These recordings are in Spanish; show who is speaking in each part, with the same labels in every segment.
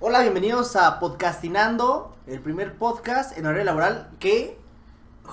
Speaker 1: Hola, bienvenidos a Podcastinando, el primer podcast en horario laboral que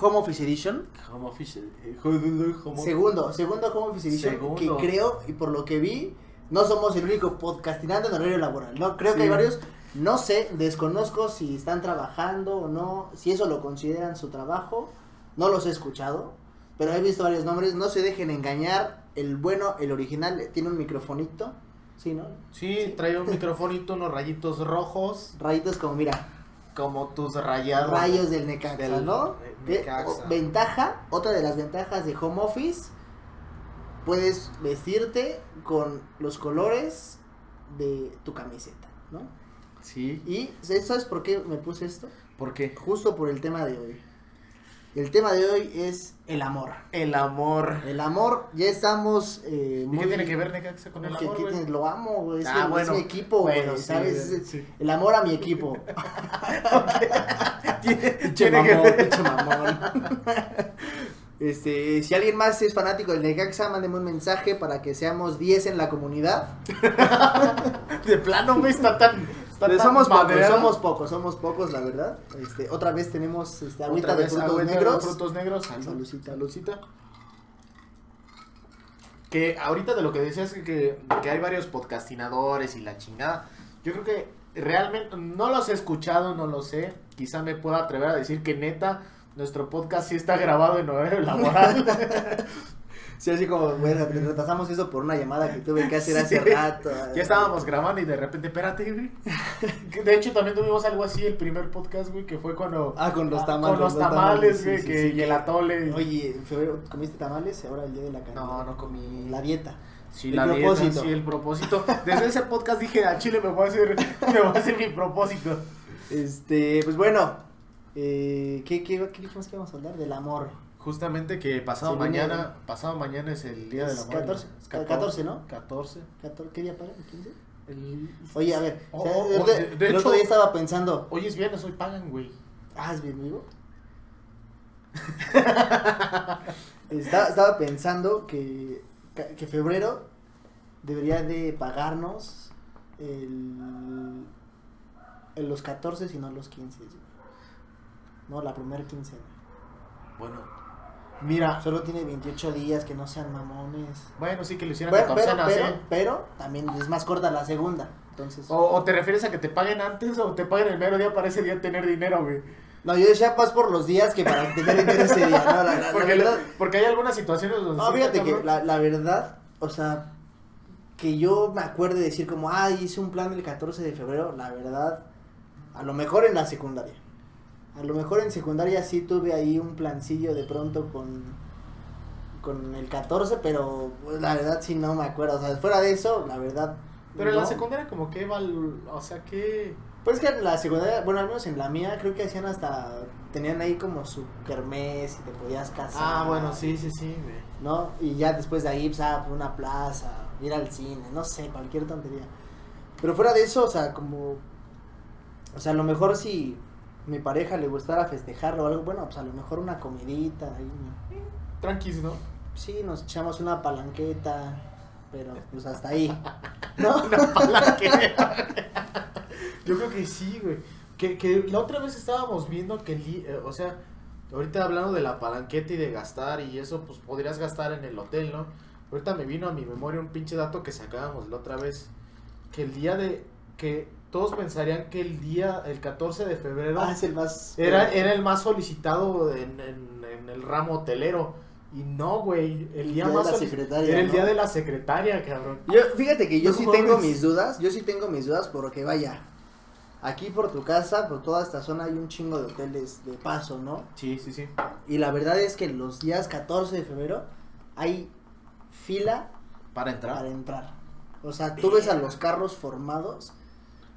Speaker 1: Home Office Edition.
Speaker 2: Home office. eh, home-
Speaker 1: Segundo, segundo Home Office Edition
Speaker 2: Segundo.
Speaker 1: que creo y por lo que vi no somos el único podcastinando en horario laboral. No, creo
Speaker 2: Sí.
Speaker 1: que hay varios. No sé, desconozco si están trabajando o no, si eso lo consideran su trabajo. No los he escuchado, pero he visto varios nombres. No se dejen engañar. El bueno, el original, tiene un microfonito. Sí, ¿no?
Speaker 3: Sí, trae un microfonito, unos rayitos rojos,
Speaker 1: Rayitos como, mira,
Speaker 3: como tus rayados.
Speaker 1: rayos del Necaxa,
Speaker 3: Del
Speaker 1: ¿no?
Speaker 3: Re-
Speaker 1: Eh,
Speaker 3: Necaxa.
Speaker 1: o- ventaja, otra de las ventajas de home office, puedes vestirte con los colores de tu camiseta, ¿no?
Speaker 2: Sí.
Speaker 1: Y ¿sabes por qué me puse esto?
Speaker 2: ¿Por qué?
Speaker 1: Justo por el tema de hoy. El tema de hoy es el amor.
Speaker 3: El amor.
Speaker 1: El amor, ya estamos eh,
Speaker 3: ¿Y
Speaker 1: muy...
Speaker 3: qué tiene que ver Necaxa con el
Speaker 1: que-
Speaker 3: amor,
Speaker 1: que
Speaker 3: güey?
Speaker 1: tiene- lo amo, güey. Es,
Speaker 3: Ah,
Speaker 1: mi- es
Speaker 3: bueno.
Speaker 1: mi equipo, güey.
Speaker 3: Bueno, sí,
Speaker 1: ¿Sabes?
Speaker 3: sí,
Speaker 1: Es- El amor a mi equipo.
Speaker 3: Tiene que
Speaker 1: mamón,
Speaker 3: ver.
Speaker 1: pinche mamón. Este, si alguien más es fanático del Necaxa, mándeme un mensaje para que seamos 10 en la comunidad.
Speaker 3: De plano, güey, está tan. Está
Speaker 1: Pero
Speaker 3: tan
Speaker 1: somos pocos,
Speaker 3: madreado.
Speaker 1: somos pocos, somos pocos, la verdad. Este, otra vez tenemos este,
Speaker 3: Otra
Speaker 1: agüita de
Speaker 3: vez,
Speaker 1: frutos
Speaker 3: agüita de
Speaker 1: negros.
Speaker 3: frutos negros. Salud.
Speaker 1: Saludcita.
Speaker 3: Saludcita. Que ahorita de lo que decías que, que, que hay varios podcastinadores y la chingada. Yo creo que realmente no los he escuchado, no lo sé. Quizá me pueda atrever a decir que neta, nuestro podcast sí está grabado en horario laboral.
Speaker 1: Sí, así como, bueno, retrasamos eso por una llamada que tuve que hacer hace
Speaker 3: Sí.
Speaker 1: rato.
Speaker 3: ya estábamos grabando y de repente, espérate, güey. Que De hecho, también tuvimos algo así el primer podcast, güey, que fue cuando.
Speaker 1: Ah, con los
Speaker 3: ah,
Speaker 1: tamales.
Speaker 3: Con los
Speaker 1: sí,
Speaker 3: tamales, güey,
Speaker 1: sí,
Speaker 3: que,
Speaker 1: sí,
Speaker 3: y el atole.
Speaker 1: Oye, en febrero comiste tamales y ahora el día de la carne.
Speaker 3: no, no comí.
Speaker 1: La dieta.
Speaker 3: Sí,
Speaker 1: El
Speaker 3: la dieta,
Speaker 1: propósito.
Speaker 3: sí, el propósito. Desde ese podcast dije, a Chile me voy a hacer, me voy a hacer mi propósito.
Speaker 1: Este, pues bueno, eh, ¿qué, qué, qué dijimos que íbamos a hablar? Del amor.
Speaker 3: Justamente que pasado
Speaker 1: Sí, viene-
Speaker 3: mañana, pasado mañana es el día del
Speaker 1: Es
Speaker 3: amor.
Speaker 1: 14,
Speaker 3: Es
Speaker 1: 14, ¿no?
Speaker 3: 14.
Speaker 1: ¿Cator- ¿Qué día paga? ¿15?
Speaker 3: El-
Speaker 1: Oye, a ver,
Speaker 3: Oh,
Speaker 1: o sea,
Speaker 3: oh,
Speaker 1: el
Speaker 3: oh,
Speaker 1: otro-
Speaker 3: de- de
Speaker 1: el
Speaker 3: hecho-
Speaker 1: otro día estaba pensando,
Speaker 3: Hoy es viernes, hoy pagan, güey.
Speaker 1: ah, es mi amigo. Está- estaba pensando que, que febrero debería de pagarnos el, el- los 14 y no los 15. güey. No, la primera quincena.
Speaker 3: Bueno. Mira,
Speaker 1: Solo tiene 28 días, que no sean mamones.
Speaker 3: bueno, sí que lo hicieran
Speaker 1: Bueno, pero,
Speaker 3: 14
Speaker 1: pero, pero también es más corta la segunda. Entonces,
Speaker 3: O, o te refieres a que te paguen antes o te paguen el mero día para ese día tener dinero, güey.
Speaker 1: no, yo decía paz por los días que para tener dinero ese día. No, la, la- la
Speaker 3: Porque, le-
Speaker 1: verdad,
Speaker 3: porque hay algunas situaciones donde...
Speaker 1: no,
Speaker 3: sí está
Speaker 1: fíjate que
Speaker 3: cabrón.
Speaker 1: la, la verdad, o sea, que yo me acuerde decir como, ah, hice un plan el 14 de febrero, la verdad, a lo mejor en la secundaria. A lo mejor en secundaria sí tuve ahí un plancillo de pronto con con el 14, pero pues, la verdad sí no me acuerdo. O sea, fuera de eso, la verdad.
Speaker 3: Pero en la
Speaker 1: no.
Speaker 3: secundaria como que... val- O sea, que...
Speaker 1: Pues que en la secundaria, bueno, al menos en la mía, creo que hacían hasta. Tenían ahí como su kermés y te podías casar.
Speaker 3: Ah, bueno, sí, sí, sí, güey.
Speaker 1: ¿No? Y ya después de ahí, pues, ah, por una plaza, ir al cine, no sé, cualquier tontería. Pero fuera de eso, o sea, como. O sea, a lo mejor si mi pareja le gustara festejar o algo, bueno, pues a lo mejor una comidita, ahí, ¿no?
Speaker 3: Tranquis, ¿no?
Speaker 1: sí, nos echamos una palanqueta, pero pues hasta ahí, ¿no?
Speaker 3: Una palanquera. Yo creo que sí, güey. Que, que la otra vez estábamos viendo que, li- eh, o sea, ahorita hablando de la palanqueta y de gastar y eso, pues podrías gastar en el hotel, ¿no? Ahorita me vino a mi memoria un pinche dato que sacábamos la otra vez. Que el día de... Que todos pensarían que el día, el 14 de febrero...
Speaker 1: Ah, es el más.
Speaker 3: Era, era el más solicitado en, en- en el ramo hotelero. Y no, güey. El día
Speaker 1: Día de
Speaker 3: más
Speaker 1: la
Speaker 3: solic-
Speaker 1: secretaria,
Speaker 3: Era el
Speaker 1: ¿no?
Speaker 3: día de la secretaria, cabrón.
Speaker 1: Yo, fíjate que yo
Speaker 3: No
Speaker 1: sí
Speaker 3: mames.
Speaker 1: tengo mis dudas, yo sí tengo mis dudas porque vaya, aquí por tu casa, por toda esta zona hay un chingo de hoteles de paso, ¿no?
Speaker 3: Sí, sí, sí.
Speaker 1: Y la verdad es que los días 14 de febrero hay fila
Speaker 3: Para entrar.
Speaker 1: para entrar. O sea, tú ves a los carros formados.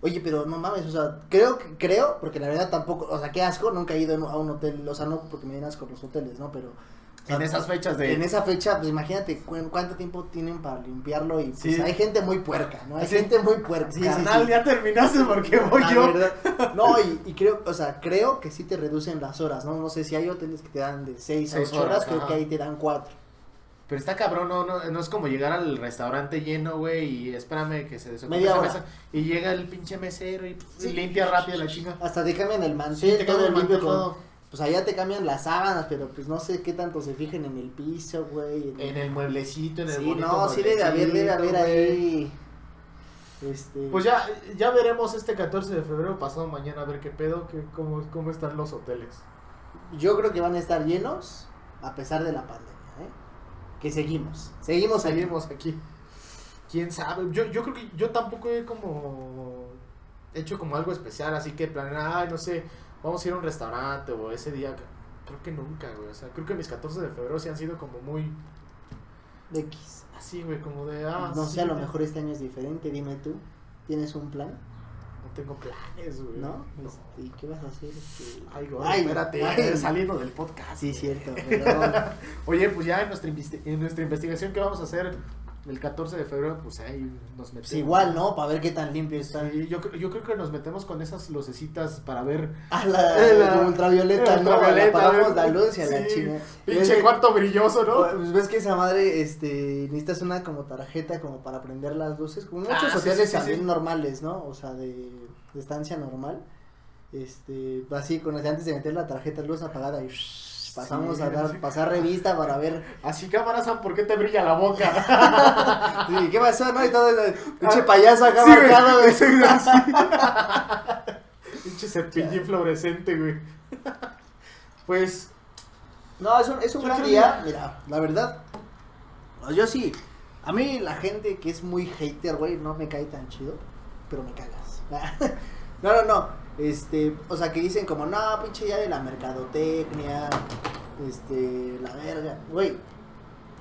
Speaker 1: Oye, pero no mames, o sea, creo, que- creo, porque la verdad tampoco, o sea, qué asco, nunca he ido a un hotel, o sea, no porque me den asco los hoteles, ¿no? Pero... o sea,
Speaker 3: En esas fechas de.
Speaker 1: en esa fecha, pues imagínate cu- cuánto tiempo tienen para limpiarlo y pues,
Speaker 3: Sí.
Speaker 1: hay gente muy puerca, ¿no? Hay
Speaker 3: Sí.
Speaker 1: gente muy puerca. Sí, sí,
Speaker 3: Carnal,
Speaker 1: sí.
Speaker 3: ya terminaste porque voy
Speaker 1: La
Speaker 3: yo.
Speaker 1: verdad. No, y, y creo, o sea, creo que sí te reducen las horas, ¿no? No sé si hay hoteles que te dan de 6 a
Speaker 3: Seis
Speaker 1: 8 horas,
Speaker 3: horas,
Speaker 1: creo
Speaker 3: ajá.
Speaker 1: que ahí te dan 4.
Speaker 3: Pero está cabrón, no, no, no es como llegar al restaurante lleno, güey, y espérame que se desocupe
Speaker 1: Media
Speaker 3: esa
Speaker 1: hora.
Speaker 3: mesa. Y llega el pinche mesero y pff,
Speaker 1: Sí.
Speaker 3: limpia rápido la chinga.
Speaker 1: Hasta te cambian el mantel,
Speaker 3: Sí, te
Speaker 1: todo
Speaker 3: cago el
Speaker 1: limpio
Speaker 3: mantel
Speaker 1: con-
Speaker 3: todo.
Speaker 1: Pues allá te cambian las sábanas, pero pues no sé qué tanto se fijen en el piso, güey. en-
Speaker 3: En el mueblecito, en el
Speaker 1: Sí,
Speaker 3: bonito
Speaker 1: no, sí debe haber, debe haber
Speaker 3: mueblecito, güey.
Speaker 1: ahí. Este.
Speaker 3: Pues ya, ya veremos este 14 de febrero, pasado mañana, a ver qué pedo, que, cómo, cómo están los hoteles.
Speaker 1: Yo creo que van a estar llenos a pesar de la pandemia, ¿eh? Que seguimos, seguimos aquí.
Speaker 3: Seguimos aquí. Quién sabe, yo, yo creo que yo tampoco he como hecho como algo especial, así que planear, ay, no sé, vamos a ir a un restaurante o ese día. Creo que nunca, güey. O sea, creo que mis 14 de febrero sí han sido como muy
Speaker 1: De X.
Speaker 3: así, güey, como de, ah,
Speaker 1: no
Speaker 3: sí,
Speaker 1: sé, a lo
Speaker 3: güey.
Speaker 1: mejor este año es diferente, dime tú. ¿Tienes un plan?
Speaker 3: No tengo planes, güey.
Speaker 1: ¿No? Este, ¿Y qué vas a hacer? Este,
Speaker 3: pues, Ay, güey,
Speaker 1: ay,
Speaker 3: espérate,
Speaker 1: ay.
Speaker 3: saliendo del podcast.
Speaker 1: Sí,
Speaker 3: güey.
Speaker 1: cierto, perdón.
Speaker 3: Oye, pues ya en nuestra, investi- en nuestra investigación que vamos a hacer el 14 de febrero, pues ahí nos metemos.
Speaker 1: Pues igual, ¿no? Para ver qué tan limpio está.
Speaker 3: Sí, yo, cre- yo creo que nos metemos con esas lucecitas para ver.
Speaker 1: A la,
Speaker 3: Eh, la-
Speaker 1: como ultravioleta,
Speaker 3: eh,
Speaker 1: ¿no?
Speaker 3: ultravioleta,
Speaker 1: Le apagamos
Speaker 3: eh.
Speaker 1: la luz y a la
Speaker 3: Sí,
Speaker 1: china.
Speaker 3: Pinche cuarto brilloso,
Speaker 1: Pues,
Speaker 3: ¿no?
Speaker 1: pues ves que esa madre, este, necesitas una como tarjeta como para prender las luces, como muchos
Speaker 3: Ah, sí,
Speaker 1: hoteles
Speaker 3: sí, sí,
Speaker 1: también
Speaker 3: sí.
Speaker 1: normales, ¿no? O sea, de, de estancia normal, este, así, con antes de meter la tarjeta luz apagada y shhh, pasamos
Speaker 3: Sí,
Speaker 1: a dar,
Speaker 3: sí.
Speaker 1: pasar revista para ver,
Speaker 3: Así cámara, Sam, ¿por qué te brilla la boca?
Speaker 1: sí, ¿qué pasó, no? Y todo, el pinche payaso acá
Speaker 3: Sí, güey.
Speaker 1: marcado, güey.
Speaker 3: Pinche cepillo fluorescente, güey. Pues,
Speaker 1: No, es un, es un
Speaker 3: Yo
Speaker 1: gran
Speaker 3: creo
Speaker 1: día. Mira, la verdad. no, Yo sí. A mí la gente que es muy hater, güey, no me cae tan chido. Pero me cagas. No, no, no. Este, o sea, que dicen como, no, pinche ya de la mercadotecnia. Este, la verga. Güey,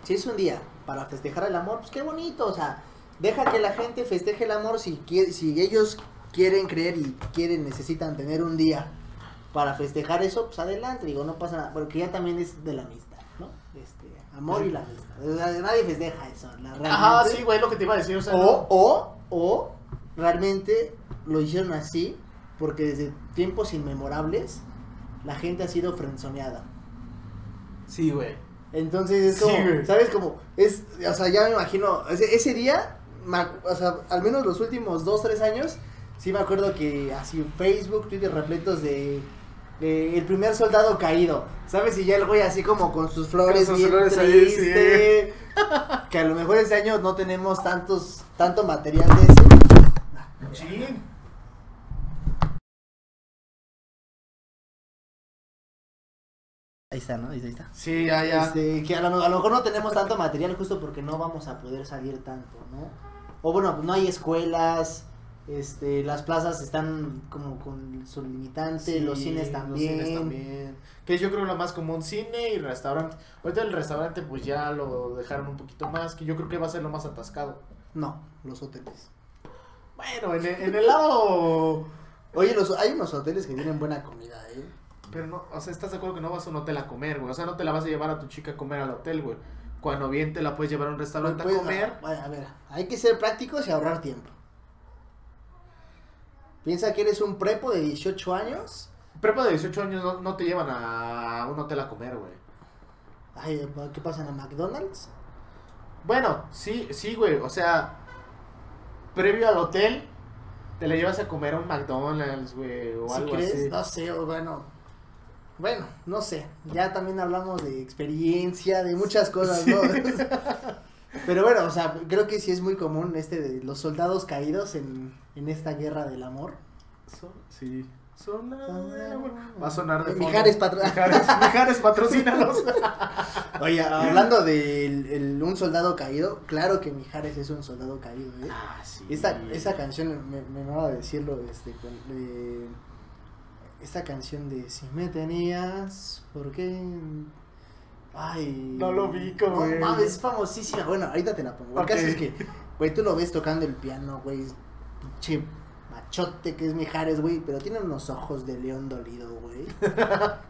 Speaker 1: si es un día para festejar el amor, pues qué bonito. O sea, deja que la gente festeje el amor si, quie- si ellos quieren creer y quieren, necesitan tener un día para festejar eso, pues adelante, digo, no pasa nada, porque ya también es de la amistad, ¿no? Este, amor y la amistad. O sea, nadie festeja eso, la realmente.
Speaker 3: ajá, sí, güey, lo que te iba a decir. O sea,
Speaker 1: O,
Speaker 3: no-
Speaker 1: o, o, realmente lo hicieron así porque desde tiempos inmemorables la gente ha sido frenzoneada.
Speaker 3: sí, güey.
Speaker 1: Entonces es
Speaker 3: Sí,
Speaker 1: como,
Speaker 3: güey.
Speaker 1: ¿sabes? Como, es, o sea, ya me imagino, ese, ese día, me ac- o sea, al menos los últimos dos, tres años, sí me acuerdo que así Facebook, Twitter repletos de, de el primer soldado caído, ¿sabes? Y ya el güey así como con sus flores
Speaker 2: sus
Speaker 1: bien
Speaker 2: flores ahí,
Speaker 1: triste, que a lo mejor este año no tenemos tantos, tanto material de ese.
Speaker 3: Chin.
Speaker 1: Ahí está, ¿no? Ahí está, ahí está.
Speaker 3: Sí, ya, ya.
Speaker 1: Este, que a lo, a lo mejor no tenemos tanto material justo porque no vamos a poder salir tanto, ¿no? O bueno, pues no hay escuelas, este, las plazas están como con su limitante,
Speaker 3: Sí,
Speaker 1: los cines también.
Speaker 3: también. Que yo creo lo más común, cine y restaurante. Ahorita el restaurante pues ya lo dejaron un poquito más, que yo creo que va a ser lo más atascado.
Speaker 1: No, los hoteles.
Speaker 3: Bueno, en el, en el lado...
Speaker 1: Oye, los, hay unos hoteles que tienen buena comida, ¿eh?
Speaker 3: Pero no, o sea, ¿estás de acuerdo que no vas a un hotel a comer, güey? O sea, no te la vas a llevar a tu chica a comer al hotel, güey. Cuando bien te la puedes llevar a un restaurante
Speaker 1: Pues,
Speaker 3: a comer.
Speaker 1: bueno, a ver, hay que ser prácticos y ahorrar tiempo. Piensa que eres un prepo de 18 años.
Speaker 3: Prepa de 18 años no, no te llevan a un hotel a comer, güey.
Speaker 1: Ay, ¿qué pasan a McDonald's?
Speaker 3: Bueno, sí, sí, güey. O sea, previo al hotel, te la llevas a comer a un McDonald's, güey, o
Speaker 1: si
Speaker 3: algo
Speaker 1: crees,
Speaker 3: así.
Speaker 1: no sé, o bueno. Bueno, no sé. Ya también hablamos de experiencia, de muchas cosas, ¿no? Pero bueno, o sea, creo que sí es muy común este de los soldados caídos en, en esta guerra del amor.
Speaker 2: Son- Sí.
Speaker 3: Son-
Speaker 1: Ah,
Speaker 3: Va a sonar de fondo.
Speaker 1: Mijares Patra-
Speaker 3: Mijares, Mijares, patrocínanos.
Speaker 1: Oye,
Speaker 3: Ah.
Speaker 1: hablando de un soldado caído, claro que Mijares es un soldado caído, ¿eh?
Speaker 3: ah, sí.
Speaker 1: Esta, esa canción, me, me va a decirlo, este, con, eh, esta canción de Si me tenías, ¿por qué? Ay.
Speaker 3: No lo ubico, güey.
Speaker 1: No, mames, es famosísima. Bueno, ahorita te la pongo. El
Speaker 3: Ok.
Speaker 1: caso es que, güey, tú lo ves tocando el piano, güey, es pinche machote que es Mijares, güey, pero tiene unos ojos de león dolido, güey.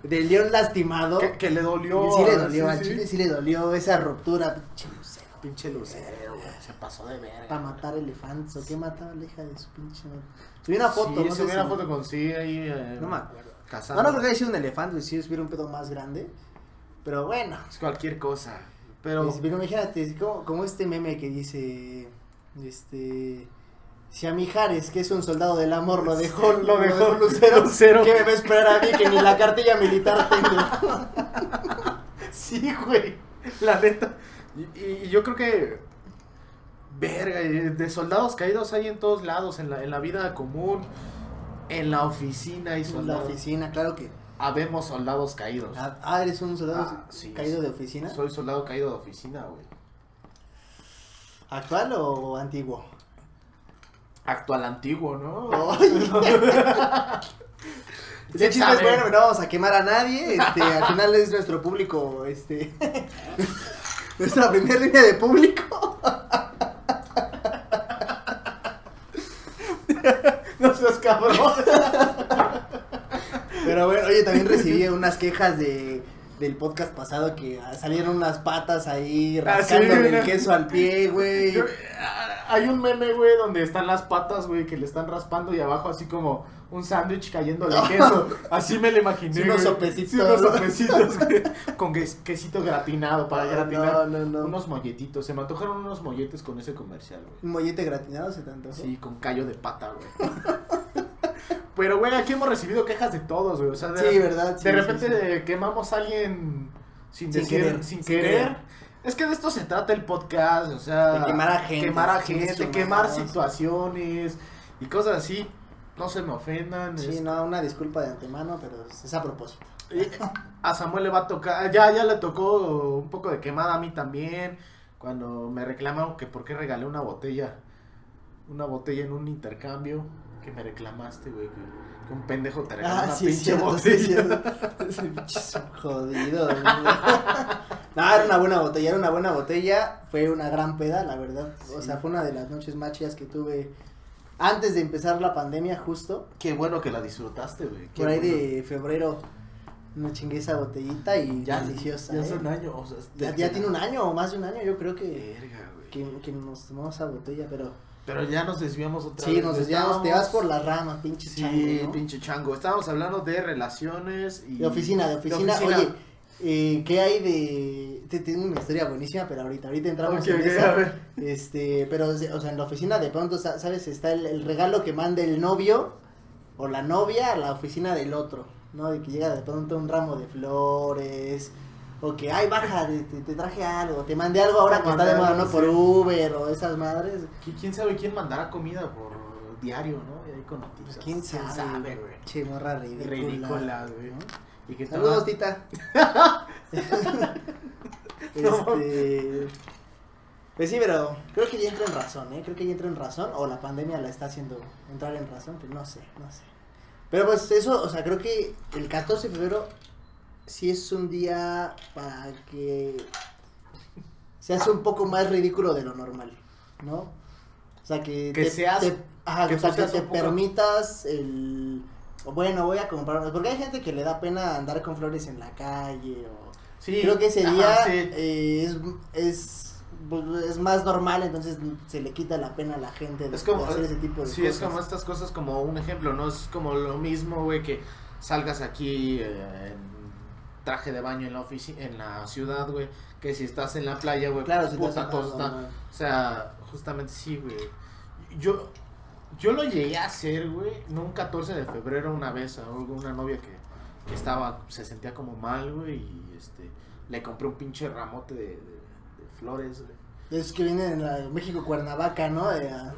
Speaker 1: De león lastimado.
Speaker 3: Que, que le dolió.
Speaker 1: Sí le dolió, al
Speaker 3: sí.
Speaker 1: chile sí le dolió esa ruptura, pinche lucero.
Speaker 3: Pinche lucero, güey. Se pasó de verga.
Speaker 1: Para matar elefantes, ¿o qué mataba la hija de su pinche madre? Subí una foto,
Speaker 3: Sí,
Speaker 1: no sé
Speaker 3: subí una
Speaker 1: si-
Speaker 3: foto con sí ahí. eh,
Speaker 1: No me acuerdo.
Speaker 3: Casado.
Speaker 1: No, no creo que haya sido un elefante, si hubiera un pedo más grande. Pero bueno,
Speaker 3: Es Pues cualquier cosa. Pero.
Speaker 1: Es- Pero imagínate, es como, como este meme que dice, este, si a Mijares, que es un soldado del amor, lo dejó, lo dejó Lucero,
Speaker 2: Lucero.
Speaker 1: ¿qué me va a esperar a mí que ni la cartilla militar tengo?
Speaker 3: Sí, güey. La neta. Y, y yo creo que. Verga, eh, de soldados caídos hay en todos lados, en la, en la vida común, en la oficina hay
Speaker 1: En la
Speaker 3: soldados.
Speaker 1: oficina, claro que.
Speaker 3: Habemos soldados caídos.
Speaker 1: Ah, ah, eres un soldado
Speaker 3: Ah, sí,
Speaker 1: caído
Speaker 3: sí.
Speaker 1: de oficina.
Speaker 3: Soy soldado caído de oficina, güey.
Speaker 1: ¿Actual o antiguo?
Speaker 3: Actual antiguo, ¿no?
Speaker 1: Ese chiste es
Speaker 3: sabe.
Speaker 1: bueno, no vamos a quemar a nadie. Este, al final es nuestro público, este, nuestra primera línea de público.
Speaker 3: No seas cabrón.
Speaker 1: Pero bueno, oye, también recibí unas quejas de del podcast pasado que salieron unas patas ahí
Speaker 3: Ah, sí,
Speaker 1: rascándole
Speaker 3: una-
Speaker 1: el queso al pie, güey.
Speaker 3: Yo- ah, Hay un meme, güey, donde están las patas, güey, que le están raspando y abajo así como un sándwich cayéndole queso. Así me lo imaginé.
Speaker 1: Sí, unos
Speaker 3: güey.
Speaker 1: sopecitos,
Speaker 3: Sí, unos
Speaker 1: ¿no?
Speaker 3: sopecitos, güey. Con ques- quesito gratinado para
Speaker 1: no,
Speaker 3: gratinar.
Speaker 1: no, no.
Speaker 3: Unos molletitos. Se me antojaron unos molletes con ese comercial, güey.
Speaker 1: Un mollete gratinado se tanto.
Speaker 3: Sí, con callo de pata, güey. Pero, güey, aquí hemos recibido quejas de todos, güey. O sea, de,
Speaker 1: Sí, ¿verdad? Sí,
Speaker 3: de
Speaker 1: sí,
Speaker 3: repente
Speaker 1: sí.
Speaker 3: eh, quemamos a alguien sin,
Speaker 1: Sin
Speaker 3: decir,
Speaker 1: querer,
Speaker 3: sin
Speaker 1: sin
Speaker 3: querer.
Speaker 1: querer.
Speaker 3: Es que de esto se trata el podcast, o sea.
Speaker 1: De quemar a gente,
Speaker 3: Quemar a
Speaker 1: chingue
Speaker 3: gente,
Speaker 1: su madre,
Speaker 3: quemar
Speaker 1: ¿no?
Speaker 3: situaciones y cosas así. No se me ofendan.
Speaker 1: Sí,
Speaker 3: es-
Speaker 1: no, una disculpa de antemano, pero es a propósito.
Speaker 3: eh, A Samuel le va a tocar. ah, Ya, ya le tocó un poco de quemada a mí también. Cuando me reclamaron que por qué regalé una botella. Una botella en un intercambio. Que me reclamaste, güey. Que, que un pendejo te regaló una pinche botella.
Speaker 1: Ah, sí, es cierto. Pinches jodidos, güey. No, era una buena botella, era una buena botella. Fue una gran peda, la verdad. O
Speaker 3: Sí.
Speaker 1: sea, fue una de las noches más chidas que tuve antes de empezar la pandemia, justo.
Speaker 3: Qué bueno que la disfrutaste, güey. qué
Speaker 1: Por ahí
Speaker 3: bueno.
Speaker 1: de febrero me chingué esa botellita y
Speaker 3: Ya,
Speaker 1: deliciosa.
Speaker 3: ya
Speaker 1: ¿eh?
Speaker 3: hace un año. o sea,
Speaker 1: Ya- ya tiene un año o más de un año, yo creo que,
Speaker 3: Verga, güey.
Speaker 1: que, que nos tomamos esa botella, pero.
Speaker 3: Pero ya nos desviamos otra vez.
Speaker 1: Sí, nos desviamos, te vas por
Speaker 3: la
Speaker 1: las ramas, pinche
Speaker 3: Sí,
Speaker 1: chango, ¿no?
Speaker 3: pinche chango. Estábamos hablando de relaciones y.
Speaker 1: De oficina, de oficina. Oye, eh, ¿qué hay de...? Te tengo una historia buenísima, pero ahorita, ahorita entramos
Speaker 3: Ok,
Speaker 1: en
Speaker 3: ok,
Speaker 1: esa.
Speaker 3: a ver.
Speaker 1: Este, pero, o sea, en la oficina de pronto, sa- ¿sabes? Está el, el regalo que manda el novio o la novia a la oficina del otro, ¿no? De que llega de pronto un ramo de flores o que, ay, baja, te, te- te traje algo, te mandé algo ahora
Speaker 3: Te
Speaker 1: que está de
Speaker 3: mandé
Speaker 1: moda,
Speaker 3: algo,
Speaker 1: ¿no? Por
Speaker 3: sí.
Speaker 1: Uber o esas madres.
Speaker 3: ¿Qui- ¿Quién sabe quién mandará comida por diario, no? Y ahí con noticias.
Speaker 1: Pues, ¿quién sabe?
Speaker 3: güey.
Speaker 1: Che, morra ridícula.
Speaker 3: Ridícula, güey.
Speaker 1: ¿no?
Speaker 3: Y que
Speaker 1: Saludos,
Speaker 3: toda-
Speaker 1: tita.
Speaker 3: No.
Speaker 1: este. Pues sí, pero creo que ya entra en razón, ¿eh? Creo que ya entra en razón. O la pandemia la está haciendo entrar en razón, pero no sé, no sé. Pero pues eso, o sea, creo que el 14 de febrero sí es un día para que se hace un poco más ridículo de lo normal, ¿no? O sea, que,
Speaker 3: Que seas-
Speaker 1: te- ajá,
Speaker 3: Ah, que
Speaker 1: o sea,
Speaker 3: tú
Speaker 1: que
Speaker 3: seas
Speaker 1: te
Speaker 3: un poco-
Speaker 1: permitas el... o Bueno, voy a comprar... Porque hay gente que le da pena andar con flores en la calle o...
Speaker 3: Sí.
Speaker 1: Creo que ese
Speaker 3: ajá,
Speaker 1: día
Speaker 3: sí.
Speaker 1: eh, es, es, pues, es más normal, entonces se le quita la pena a la gente de,
Speaker 3: Es como,
Speaker 1: de hacer ese tipo de
Speaker 3: sí,
Speaker 1: cosas.
Speaker 3: es como estas cosas, como un ejemplo, ¿no? Es como lo mismo, güey, que salgas aquí eh, en traje de baño en la ofici- en la ciudad, güey, que si estás en la playa, güey,
Speaker 1: Claro,
Speaker 3: pues,
Speaker 1: si te
Speaker 3: puta,
Speaker 1: hacen
Speaker 3: todos
Speaker 1: algo,
Speaker 3: están-
Speaker 1: ¿no?
Speaker 3: O sea, justamente sí, güey. Yo, yo lo llegué a hacer, güey, no un 14 de febrero una vez a una novia que, que estaba, se sentía como mal, güey, y este, le compré un pinche ramote de, de- de flores, güey.
Speaker 1: Es que viene en la- México Cuernavaca, ¿no? De, ah,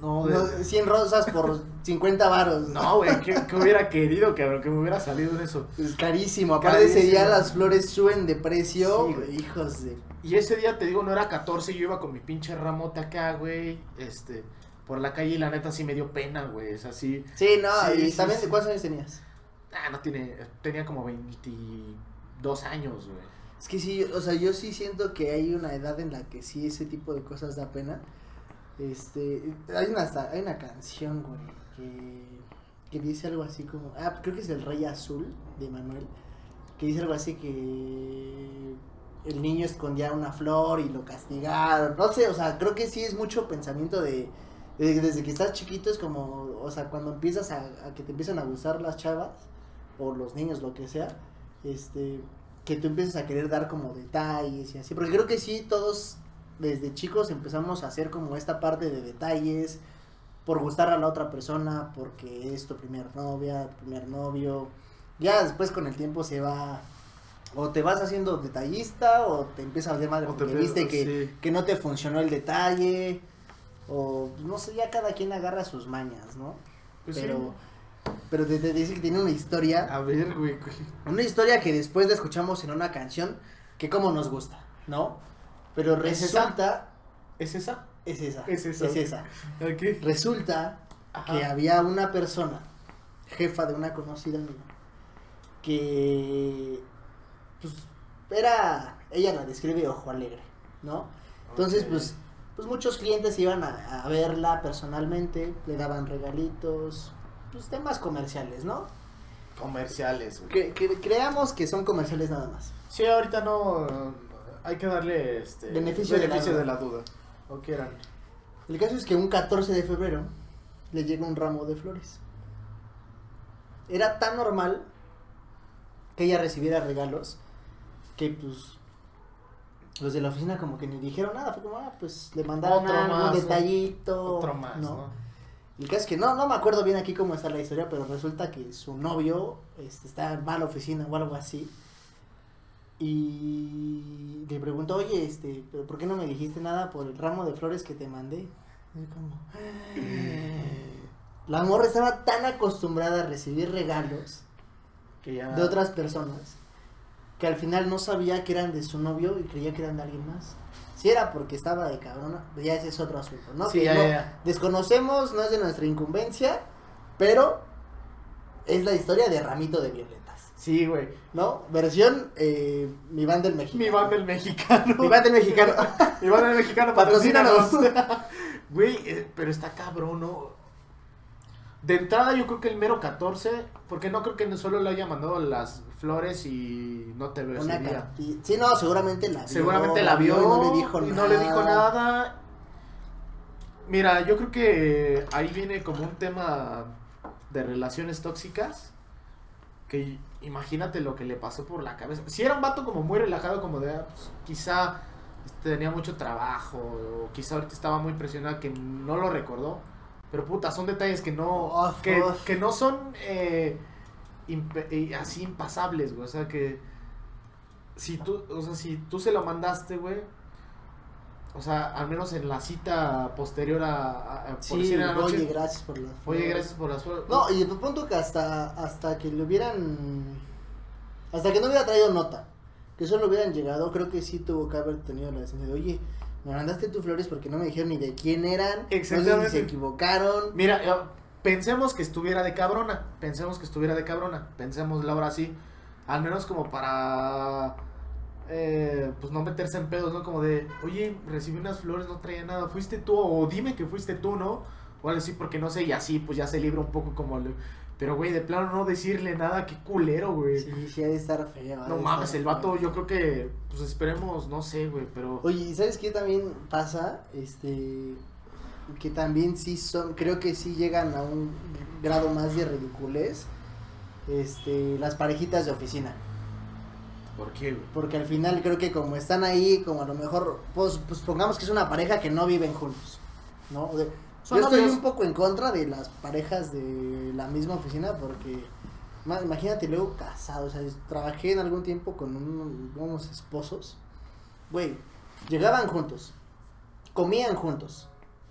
Speaker 3: No, de-
Speaker 1: no, 100 rosas por 50 varos.
Speaker 3: No, güey, ¿qué, qué hubiera querido, cabrón? Que me hubiera salido de eso.
Speaker 1: Es carísimo. Aparte ese día
Speaker 3: Carísimo.
Speaker 1: las flores suben de precio.
Speaker 3: Sí, güey.
Speaker 1: hijos de...
Speaker 3: Y ese día, te digo, no era 14, yo iba con mi pinche ramota acá, güey, este, por la calle y la neta sí me dio pena, güey, es así.
Speaker 1: Sí, no,
Speaker 3: Sí,
Speaker 1: y
Speaker 3: sí,
Speaker 1: también,
Speaker 3: sí.
Speaker 1: ¿cuántos años tenías?
Speaker 3: Ah, no tiene, tenía como 22 años, güey.
Speaker 1: Es que sí, o sea, yo sí siento que hay una edad en la que sí ese tipo de cosas da pena. Este, hay una, sa- hay una canción, güey, que, que dice algo así como, ah, creo que es El Rey Azul de Manuel, que dice algo así que el niño escondía una flor y lo castigaron. No sé, o sea, creo que sí es mucho pensamiento de, de- desde que estás chiquito es como, o sea, cuando empiezas a, a que te empiezan a gustar las chavas o los niños, lo que sea, este, que tú empiezas a querer dar como detalles y así. Porque creo que sí, todos desde chicos empezamos a hacer como esta parte de detalles por gustar a la otra persona, porque es tu primer novia, tu primer novio. Ya después con el tiempo se va. O te vas haciendo detallista, o te empiezas a hacer madre
Speaker 2: O te
Speaker 1: porque
Speaker 2: empiezas-
Speaker 1: viste que,
Speaker 2: sí.
Speaker 1: que no te funcionó el detalle. O no sé, ya cada quien agarra sus mañas, ¿no?
Speaker 3: Pues sí.
Speaker 1: pero pero te, te dice que tiene una historia
Speaker 2: A ver, güey. güey.
Speaker 1: una historia que después la escuchamos en una canción que como nos gusta, ¿no? Pero
Speaker 3: ¿Es esa?
Speaker 1: resulta...
Speaker 3: ¿Es esa?
Speaker 1: Es esa.
Speaker 3: Es esa.
Speaker 2: Ok.
Speaker 1: Resulta
Speaker 3: Ajá.
Speaker 1: que había una persona, jefa de una conocida mía, que... Pues era... Ella la describe ojo alegre, ¿no? Entonces,
Speaker 3: Ok.
Speaker 1: pues, pues muchos clientes iban a, a verla personalmente, le daban regalitos, pues temas comerciales, ¿no?
Speaker 3: Comerciales, güey.
Speaker 1: Que, que creamos que son comerciales nada más.
Speaker 3: Sí, ahorita no. no, Hay que darle este.
Speaker 1: Beneficio de la duda.
Speaker 3: de la duda. O que eran.
Speaker 1: El caso es que un 14 de febrero le llega un ramo de flores. Era tan normal que ella recibiera regalos que pues los de la oficina como que ni dijeron nada, fue como, ah, pues le mandaron
Speaker 3: Otro
Speaker 1: algo,
Speaker 3: más,
Speaker 1: un
Speaker 3: ¿no?
Speaker 1: detallito.
Speaker 3: Otro más, ¿no?
Speaker 1: El caso es que no, no me acuerdo bien aquí cómo está la historia, pero resulta que su novio este, está en mala oficina o algo así. Y le preguntó, oye, este, ¿pero por qué no me dijiste nada por el ramo de flores que te mandé? Y yo como, "Ah". La morra estaba tan acostumbrada a recibir regalos
Speaker 3: Que ya.
Speaker 1: de otras personas que al final no sabía que eran de su novio y creía que eran de alguien más. Si era porque estaba de cabrona, ya ese es otro asunto, ¿no?
Speaker 3: Sí,
Speaker 1: Que
Speaker 3: ya,
Speaker 1: no-
Speaker 3: ya, ya.
Speaker 1: Desconocemos, no es de nuestra incumbencia, pero es la historia de Ramito de Violetas,
Speaker 3: Sí, güey.
Speaker 1: ¿no? Versión eh, Mi Banda el Mexicano.
Speaker 3: Mi banda el mexicano.
Speaker 1: Mi Banda el Mexicano.
Speaker 3: Mi banda el mexicano.
Speaker 1: Patrocínanos.
Speaker 3: Güey, eh, pero está cabrón, ¿no? De entrada yo creo que el mero 14, porque no creo que no solo le haya mandado las flores y no te
Speaker 1: Una
Speaker 3: recibía.
Speaker 1: carti- Sí, no, seguramente la vio.
Speaker 3: Seguramente la vio
Speaker 1: y no le dijo
Speaker 3: y
Speaker 1: nada.
Speaker 3: no le dijo nada. Mira, yo creo que ahí viene como un tema de relaciones tóxicas. Que imagínate lo que le pasó por la cabeza. Si era un vato como muy relajado, como de ah, pues, quizá este, tenía mucho trabajo, o quizá ahorita estaba muy presionado que no lo recordó. Pero puta, son detalles que no.
Speaker 1: Uf,
Speaker 3: que,
Speaker 1: uf.
Speaker 3: que no son eh, impe- eh, así impasables, güey. O sea que. Si tú, o sea, si tú se lo mandaste, güey. O sea, al menos en la cita posterior a, a- a- por
Speaker 1: Sí,
Speaker 3: decir, en la noche,
Speaker 1: oye, gracias por la
Speaker 3: Oye, gracias por las flores.
Speaker 1: No, y de punto que hasta, hasta que le hubieran. Hasta que no hubiera traído nota. Que solo hubieran llegado, creo que sí tuvo que haber tenido la decencia de, oye, me mandaste tus flores porque no me dijeron ni de quién eran. No sé
Speaker 3: Exactamente.
Speaker 1: si se equivocaron.
Speaker 3: Mira, eh, pensemos que estuviera de cabrona. Pensemos que estuviera de cabrona. Pensemos Laura así. Al menos como para. eh, pues no meterse en pedos, ¿no? Como de, oye, recibí unas flores, no traía nada. Fuiste tú, o dime que fuiste tú, ¿no? O algo así, porque no sé, y así, pues ya se libra un poco como. le- Pero, güey, de plano no decirle nada, qué culero, güey.
Speaker 1: Sí, sí, ha de estar feo. ha
Speaker 3: no
Speaker 1: de
Speaker 3: mames,
Speaker 1: estar
Speaker 3: el vato,
Speaker 1: feo.
Speaker 3: yo creo que. Pues esperemos, no sé, güey, pero.
Speaker 1: Oye, ¿y ¿sabes qué también pasa? Este. Que también sí son. Creo que sí llegan a un grado más de ridiculez. Este. Las parejitas de oficina.
Speaker 3: ¿Por qué, güey?
Speaker 1: Porque al final creo que como están ahí, como a lo mejor, pues, pues pongamos que es una pareja que no viven juntos, ¿no? O sea,
Speaker 3: Son
Speaker 1: yo estoy
Speaker 3: novios.
Speaker 1: un poco en contra de las parejas de la misma oficina porque, ma- imagínate luego casados, o sea, es- trabajé en algún tiempo con un- unos esposos, güey, llegaban juntos, comían juntos,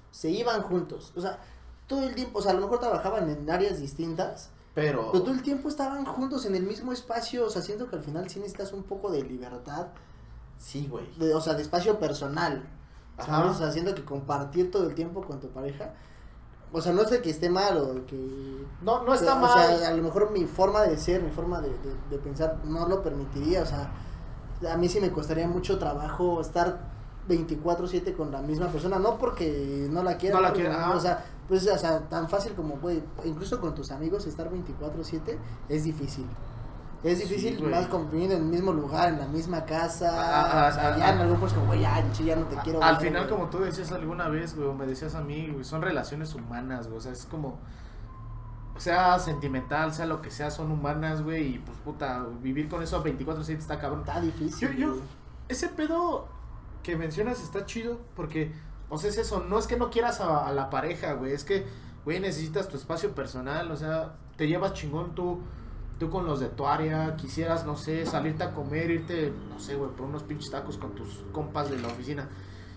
Speaker 1: se iban juntos, o sea, todo el tiempo, o sea, a lo mejor trabajaban en áreas distintas,
Speaker 3: Pero.
Speaker 1: pero todo el tiempo estaban juntos en el mismo espacio, o sea, siento que al final sí necesitas un poco de libertad,
Speaker 3: Sí, güey.
Speaker 1: de- o sea, de espacio personal,
Speaker 3: Ajá.
Speaker 1: ¿sabes? O sea, siento que compartir todo el tiempo con tu pareja, o sea, no es de que esté mal o de que...
Speaker 3: No, no está
Speaker 1: Eh, o
Speaker 3: mal.
Speaker 1: sea, a lo mejor mi forma de ser, mi forma de, de- de pensar no lo permitiría, o sea, a mí sí me costaría mucho trabajo estar 24/7 con la misma persona, no porque no la quiera,
Speaker 3: No la
Speaker 1: porque-
Speaker 3: quiera, ajá.
Speaker 1: o sea, pues o sea, tan fácil como güey, incluso con tus amigos estar 24/7 es difícil. Es
Speaker 3: Sí,
Speaker 1: difícil
Speaker 3: güey.
Speaker 1: más conviviendo en el mismo lugar, en la misma casa,
Speaker 3: Ah, ah,
Speaker 1: o sea,
Speaker 3: ah,
Speaker 1: ya
Speaker 3: ah.
Speaker 1: en algún pues como güey, ya, che, ya no te quiero.
Speaker 3: Al
Speaker 1: ver,
Speaker 3: final,
Speaker 1: güey.
Speaker 3: como tú decías alguna vez, güey, o me decías a mí, güey, son relaciones humanas, güey, o sea, es como... sea sentimental, sea lo que sea, son humanas, güey, y pues puta, vivir con eso a 24/7 está cabrón.
Speaker 1: Está difícil.
Speaker 3: Yo- yo-
Speaker 1: güey.
Speaker 3: Ese pedo que mencionas está chido porque, o sea, es eso, no es que no quieras a, a la pareja, güey, es que, güey, necesitas tu espacio personal, o sea, te llevas chingón tú, tú con los de tu área, quisieras, no sé, salirte a comer, irte, no sé, güey, por unos pinches tacos con tus compas de la oficina.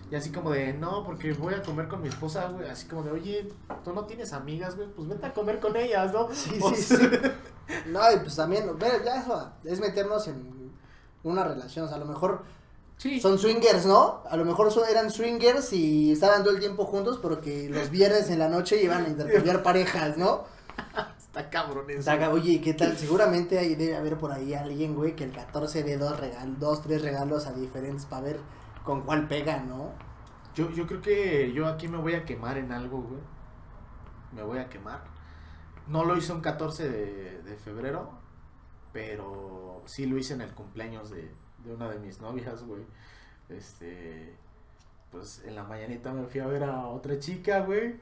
Speaker 3: Y así como de, no, porque voy a comer con mi esposa, güey. Así como de, oye, tú no tienes amigas, güey. Pues vete a comer con ellas, ¿no?
Speaker 1: Sí,
Speaker 3: O
Speaker 1: sí,
Speaker 3: sea,
Speaker 1: sí. No, y pues también, pero ya eso es meternos en una relación. O sea, a lo mejor
Speaker 3: sí.
Speaker 1: son swingers, ¿no? A lo mejor son- eran swingers y estaban todo el tiempo juntos porque los viernes en la noche iban a intercambiar parejas, ¿no?
Speaker 3: Está cabrón eso.
Speaker 1: O sea, oye, ¿qué tal? Seguramente ahí debe haber por ahí alguien, güey, que el 14 dé dos, regalos, dos tres regalos a diferentes para ver con cuál pega, ¿no?
Speaker 3: Yo, yo creo que yo aquí me voy a quemar en algo, güey. Me voy a quemar. No lo hice un 14 de, de febrero, pero sí lo hice en el cumpleaños de, de una de mis novias, güey. Este, pues en la mañanita me fui a ver a otra chica, güey.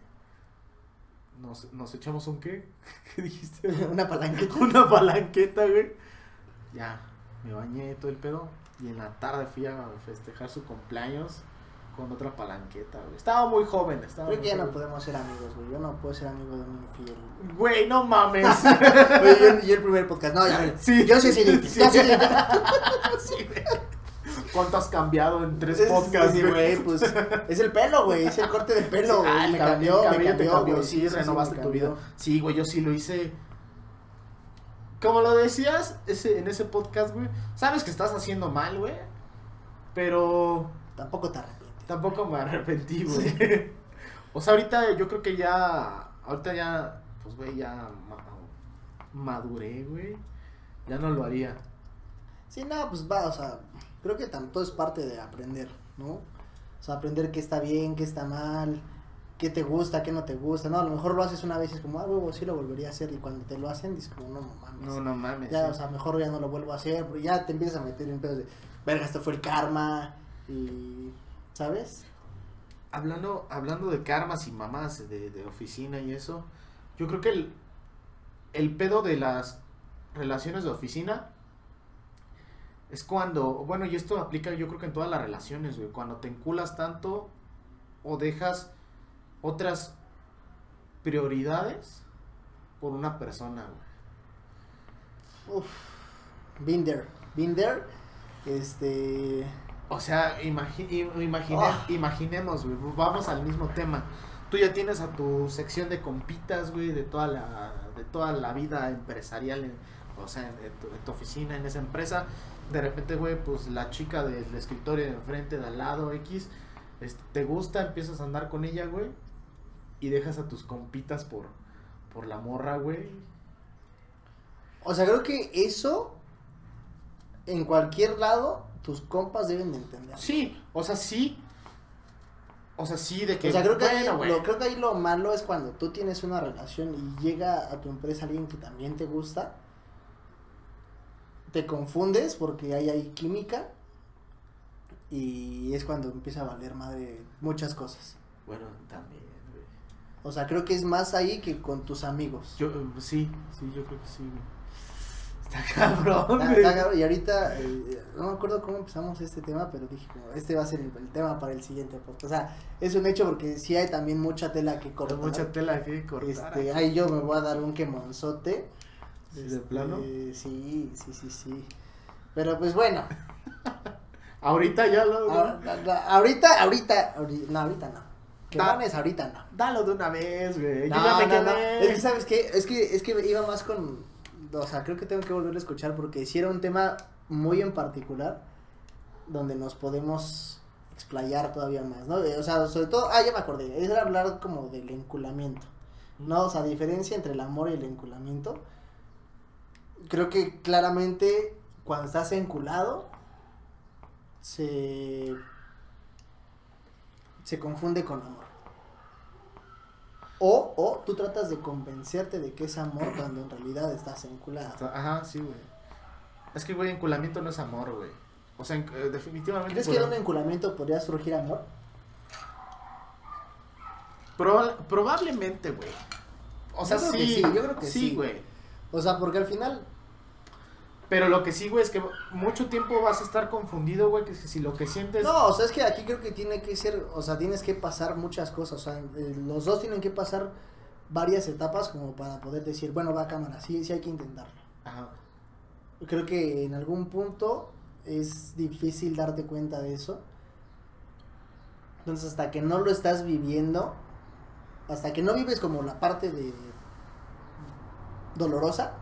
Speaker 3: Nos, nos echamos un qué? ¿Qué dijiste?
Speaker 1: Una palanquita.
Speaker 3: una palanqueta, güey. Ya, me bañé todo el pedo. Y en la tarde fui a festejar su cumpleaños con otra palanqueta, güey. Estaba muy joven, estaba
Speaker 1: Creo
Speaker 3: muy
Speaker 1: que ya no
Speaker 3: joven.
Speaker 1: podemos ser amigos, güey. Yo no puedo ser amigo de un infiel.
Speaker 3: Güey, no mames.
Speaker 1: Oye, yo, yo el primer podcast. No, ya,
Speaker 3: Sí.
Speaker 1: yo sí, sí, sí,
Speaker 3: Sí.
Speaker 1: yo sí, sí.
Speaker 3: Sí, güey. ¿Cuánto has cambiado en tres
Speaker 1: Es-
Speaker 3: podcasts,
Speaker 1: sí, güey, pues es el pelo, güey, es el corte de pelo, güey.
Speaker 3: Ah, el
Speaker 1: me
Speaker 3: cab-
Speaker 1: cambió,
Speaker 3: el
Speaker 1: me
Speaker 3: cabello te
Speaker 1: cambió,
Speaker 3: cambió,
Speaker 1: güey.
Speaker 3: sí, renovaste
Speaker 1: me
Speaker 3: tu
Speaker 1: cambió.
Speaker 3: vida. Sí, güey, yo sí lo hice. Como lo decías ese, en ese podcast, güey. Sabes que estás haciendo mal, güey. Pero
Speaker 1: Tampoco te arrepientes.
Speaker 3: Tampoco me arrepentí, güey. O sea, ahorita yo creo que ya. Ahorita ya. Pues, güey, ya. ma- maduré, güey. Ya no lo haría.
Speaker 1: Sí, no, pues va, o sea, creo que tanto es parte de aprender, ¿no? O sea, aprender qué está bien, qué está mal, qué te gusta, qué no te gusta. No, a lo mejor lo haces una vez y es como, ah, huevo, sí lo volvería a hacer. Y cuando te lo hacen, dices como, no, no mames.
Speaker 3: No, no mames.
Speaker 1: ya,
Speaker 3: Pues sí.
Speaker 1: o sea, mejor ya no lo vuelvo a hacer. Pero ya te empiezas a meter en pedos de, verga, esto fue el karma. Y, ¿sabes?
Speaker 3: hablando, hablando de karmas y mamás de, de oficina y eso, yo creo que el, el pedo de las relaciones de oficina es cuando, bueno, y esto aplica yo creo que en todas las relaciones, güey, cuando te enculas tanto o dejas otras prioridades por una persona, güey.
Speaker 1: Uf, been there, been there. Este.
Speaker 3: O sea, imagi- im- imagine-
Speaker 1: Ah.
Speaker 3: imaginemos, güey, vamos al mismo tema. Tú ya tienes a tu sección de compitas, güey, de toda la, de toda la vida empresarial, en- o sea, en, en tu, en tu oficina, en esa empresa. De repente, güey, pues la chica del escritorio de enfrente, de al lado, X, este, te gusta, empiezas a andar con ella, güey, y dejas a tus compitas por, por la morra, güey.
Speaker 1: O sea, creo que eso. En cualquier lado, tus compas deben de entender.
Speaker 3: Sí, o sea, sí. O sea, sí, de que...
Speaker 1: O sea, creo que,
Speaker 3: bueno,
Speaker 1: ahí,
Speaker 3: güey.
Speaker 1: lo, creo que ahí lo malo es cuando tú tienes una relación y llega a tu empresa alguien que también te gusta. Te confundes porque ahí hay química. Y es cuando empieza a valer madre muchas cosas.
Speaker 3: Bueno, también, güey.
Speaker 1: O sea, creo que es más ahí que con tus amigos.
Speaker 3: Yo, eh, sí, sí, yo creo que sí, güey. Está cabrón,
Speaker 1: Está-
Speaker 3: güey.
Speaker 1: está cabrón, y ahorita, eh, no me acuerdo cómo empezamos este tema, pero dije, como, este va a ser el, el tema para el siguiente podcast. O sea, es un hecho porque sí hay también mucha tela que
Speaker 3: Hay
Speaker 1: cortar.
Speaker 3: mucha tela que cortar. ¿eh?
Speaker 1: este, ahí yo me voy a dar un quemonzote.
Speaker 3: ¿Sí, de plano?
Speaker 1: Pues, este, Sí, sí, sí, sí. Pero pues bueno,
Speaker 3: Ahorita ya lo...
Speaker 1: a- a- a- ahorita, ahorita, ahori- no, ahorita no. Que
Speaker 3: Da-
Speaker 1: mames, ahorita no.
Speaker 3: Dalo de una vez, güey.
Speaker 1: No,
Speaker 3: Ah. yo ya me
Speaker 1: no,
Speaker 3: quedé.
Speaker 1: no. Es que, ¿sabes qué? Es que, es que iba más con. O sea, creo que tengo que volver a escuchar porque hicieron un tema muy en particular donde nos podemos explayar todavía más, ¿no? O sea, sobre todo. Ah, ya me acordé. Es hablar como del enculamiento, ¿no? O sea, diferencia entre el amor y el enculamiento. Creo que claramente cuando estás enculado se. se confunde con amor. O, o tú tratas de convencerte de que es amor cuando en realidad estás enculado.
Speaker 3: Está- Ajá, sí, güey. Es que, güey, enculamiento no es amor, güey. O sea, en- eh, definitivamente...
Speaker 1: ¿Crees que de
Speaker 3: encula-
Speaker 1: un enculamiento podría surgir amor?
Speaker 3: Proba- probablemente, güey. O sea,
Speaker 1: Yo creo
Speaker 3: sí,
Speaker 1: que sí, yo creo que sí.
Speaker 3: güey.
Speaker 1: O sea, porque al final,
Speaker 3: Pero lo que sí, güey, es que mucho tiempo vas a estar confundido, güey, que si si lo que sientes...
Speaker 1: No, o sea, es que aquí creo que tiene que ser, o sea, tienes que pasar muchas cosas, o sea, eh, los dos tienen que pasar varias etapas como para poder decir, bueno, va a cámara, sí, sí hay que intentarlo.
Speaker 3: Ajá.
Speaker 1: Creo que en algún punto es difícil darte cuenta de eso. Entonces, hasta que no lo estás viviendo, hasta que no vives como la parte de dolorosa,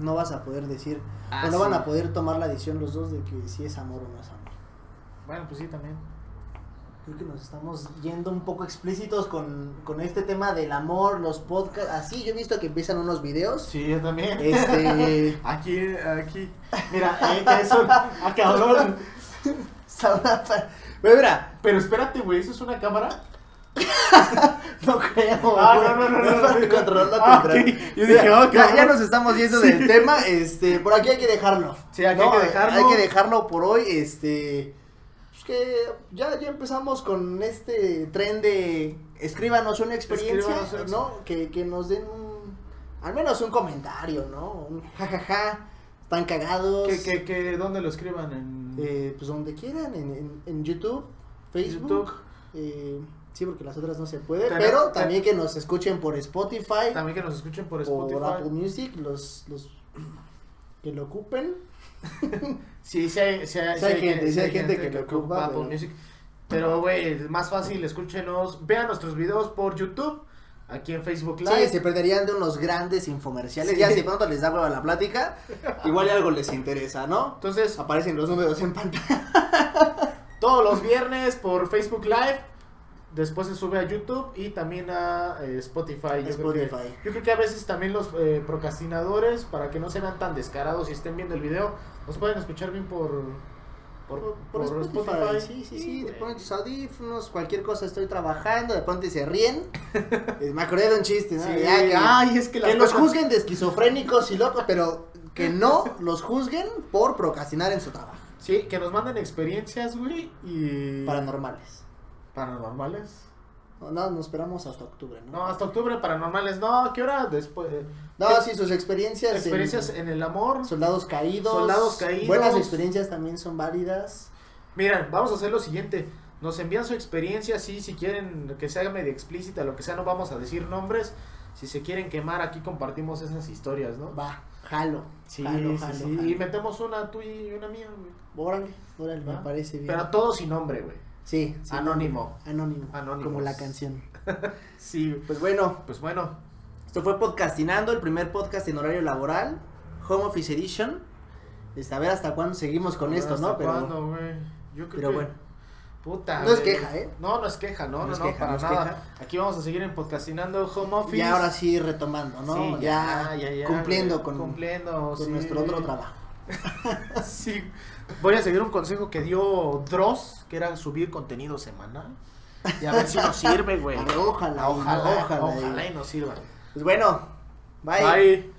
Speaker 1: no vas a poder decir,
Speaker 3: Ah,
Speaker 1: o no van
Speaker 3: sí.
Speaker 1: a poder tomar la decisión los dos de que si es amor o no es amor.
Speaker 3: Bueno, pues sí, también.
Speaker 1: Creo que nos estamos yendo un poco explícitos con, con este tema del amor, los podcasts. Así, yo he visto que empiezan unos videos.
Speaker 3: Sí, yo también.
Speaker 1: Este.
Speaker 3: Aquí, aquí. Mira, eh, eso... Ah, cabrón.
Speaker 1: sabrá pa- Pero mira,
Speaker 3: Pero espérate, güey, ¿eso es una cámara?
Speaker 1: no creo.
Speaker 3: Ah,
Speaker 1: güey,
Speaker 3: no, no, no, no,
Speaker 1: para
Speaker 3: no.
Speaker 1: controlar la
Speaker 3: Ah,
Speaker 1: contra-
Speaker 3: ok. Yo dije,
Speaker 1: Mira,
Speaker 3: ah,
Speaker 1: ya,
Speaker 3: cabrón.
Speaker 1: ya nos estamos yendo del tema. Este, por aquí hay que dejarlo.
Speaker 3: Sí, aquí hay que dejarlo.
Speaker 1: Hay que dejarlo por hoy. Este. Pues que ya, ya empezamos con este tren de escríbanos una experiencia,
Speaker 3: Escríbanos una
Speaker 1: ¿no? Que, que nos den un, al menos un comentario, ¿no? Un jajaja, están cagados.
Speaker 3: ¿Qué, qué, qué, ¿Dónde lo escriban? En
Speaker 1: Eh, pues donde quieran, en, en, en YouTube, Facebook.
Speaker 3: YouTube.
Speaker 1: eh, sí, porque las otras no se puede.
Speaker 3: Pero-
Speaker 1: Pero,
Speaker 3: pero-
Speaker 1: también que nos escuchen por Spotify,
Speaker 3: También que nos escuchen por
Speaker 1: por,
Speaker 3: Spotify.
Speaker 1: Apple Music, los, los que lo ocupen.
Speaker 3: Sí, sí hay, sí hay,
Speaker 1: Sí hay gente, sí hay gente que
Speaker 3: lo
Speaker 1: lo ocupa,
Speaker 3: Apple
Speaker 1: pero-
Speaker 3: Music. Pero, güey, es más fácil, escúchenos. Vean nuestros videos por YouTube, aquí en Facebook Live.
Speaker 1: Sí, se perderían de unos grandes infomerciales.
Speaker 3: Sí.
Speaker 1: Ya si pronto les da hueva la plática, igual algo les interesa, ¿no?
Speaker 3: Entonces,
Speaker 1: Aparecen los números en pantalla.
Speaker 3: todos los viernes por Facebook Live. Después se sube a YouTube y también a eh, Spotify. Yo creo que-
Speaker 1: Spotify.
Speaker 3: yo creo que a veces también los eh, procrastinadores, para que no se vean tan descarados y estén viendo el video, nos pueden escuchar bien por, por, por Spotify.
Speaker 1: Sí, sí, sí. te
Speaker 3: güey.
Speaker 1: ponen tus audífonos, cualquier cosa estoy trabajando, de pronto se ríen. Eh, Me acordé de un chiste, ¿no?
Speaker 3: Sí,
Speaker 1: Ah, Ya que-
Speaker 3: ay, es que,
Speaker 1: Que
Speaker 3: las
Speaker 1: los
Speaker 3: cosas-
Speaker 1: juzguen de esquizofrénicos y locos, pero que no los juzguen por procrastinar en su trabajo.
Speaker 3: Sí, que nos manden experiencias, güey, y...
Speaker 1: Paranormales.
Speaker 3: paranormales.
Speaker 1: No, no, nos esperamos hasta octubre, ¿no?
Speaker 3: No, hasta octubre paranormales, no, ¿a ¿qué hora? Después... eh,
Speaker 1: No, sí, sus experiencias. en-
Speaker 3: Experiencias en el amor.
Speaker 1: Soldados caídos.
Speaker 3: Soldados caídos.
Speaker 1: Buenas experiencias también son válidas.
Speaker 3: Miren, vamos a hacer lo siguiente. Nos envían su experiencia, sí, si quieren que sea medio explícita, lo que sea, no vamos a decir nombres. Si se quieren quemar, aquí compartimos esas historias, ¿no?
Speaker 1: Va, jalo.
Speaker 3: Sí,
Speaker 1: jalo,
Speaker 3: sí,
Speaker 1: jalo,
Speaker 3: sí.
Speaker 1: jalo.
Speaker 3: Y metemos una tuya y una mía, güey.
Speaker 1: Órale, órale, me
Speaker 3: ¿Va?
Speaker 1: parece bien.
Speaker 3: Pero todo sin nombre, güey.
Speaker 1: Sí, sí,
Speaker 3: Anónimo.
Speaker 1: Anónimo.
Speaker 3: Anónimos.
Speaker 1: Como la canción.
Speaker 3: Sí,
Speaker 1: Pues bueno,
Speaker 3: pues bueno.
Speaker 1: Esto fue Podcastinando, el primer podcast en horario laboral, Home Office Edition. Este, a ver hasta cuándo seguimos con esto,
Speaker 3: ¿Hasta
Speaker 1: ¿no? Pero
Speaker 3: cuándo, güey? Yo creo
Speaker 1: pero
Speaker 3: que-
Speaker 1: bueno.
Speaker 3: Puta.
Speaker 1: No es
Speaker 3: güey.
Speaker 1: queja, ¿eh?
Speaker 3: No, no es queja, no,
Speaker 1: No
Speaker 3: no, no,
Speaker 1: es queja,
Speaker 3: para
Speaker 1: no es
Speaker 3: nada. Aquí vamos a seguir en podcastinando home office.
Speaker 1: ya ahora sí retomando, ¿no?
Speaker 3: Sí,
Speaker 1: ya, cumpliendo
Speaker 3: güey,
Speaker 1: con,
Speaker 3: cumpliendo,
Speaker 1: con
Speaker 3: sí.
Speaker 1: nuestro otro trabajo.
Speaker 3: Sí. Voy a seguir un consejo que dio Dross, que era subir contenido semanal. Y a ver si nos sirve, güey.
Speaker 1: A ver, ojalá,
Speaker 3: ojalá,
Speaker 1: ojalá,
Speaker 3: ojalá y nos sirva.
Speaker 1: Pues bueno, bye.
Speaker 3: Bye.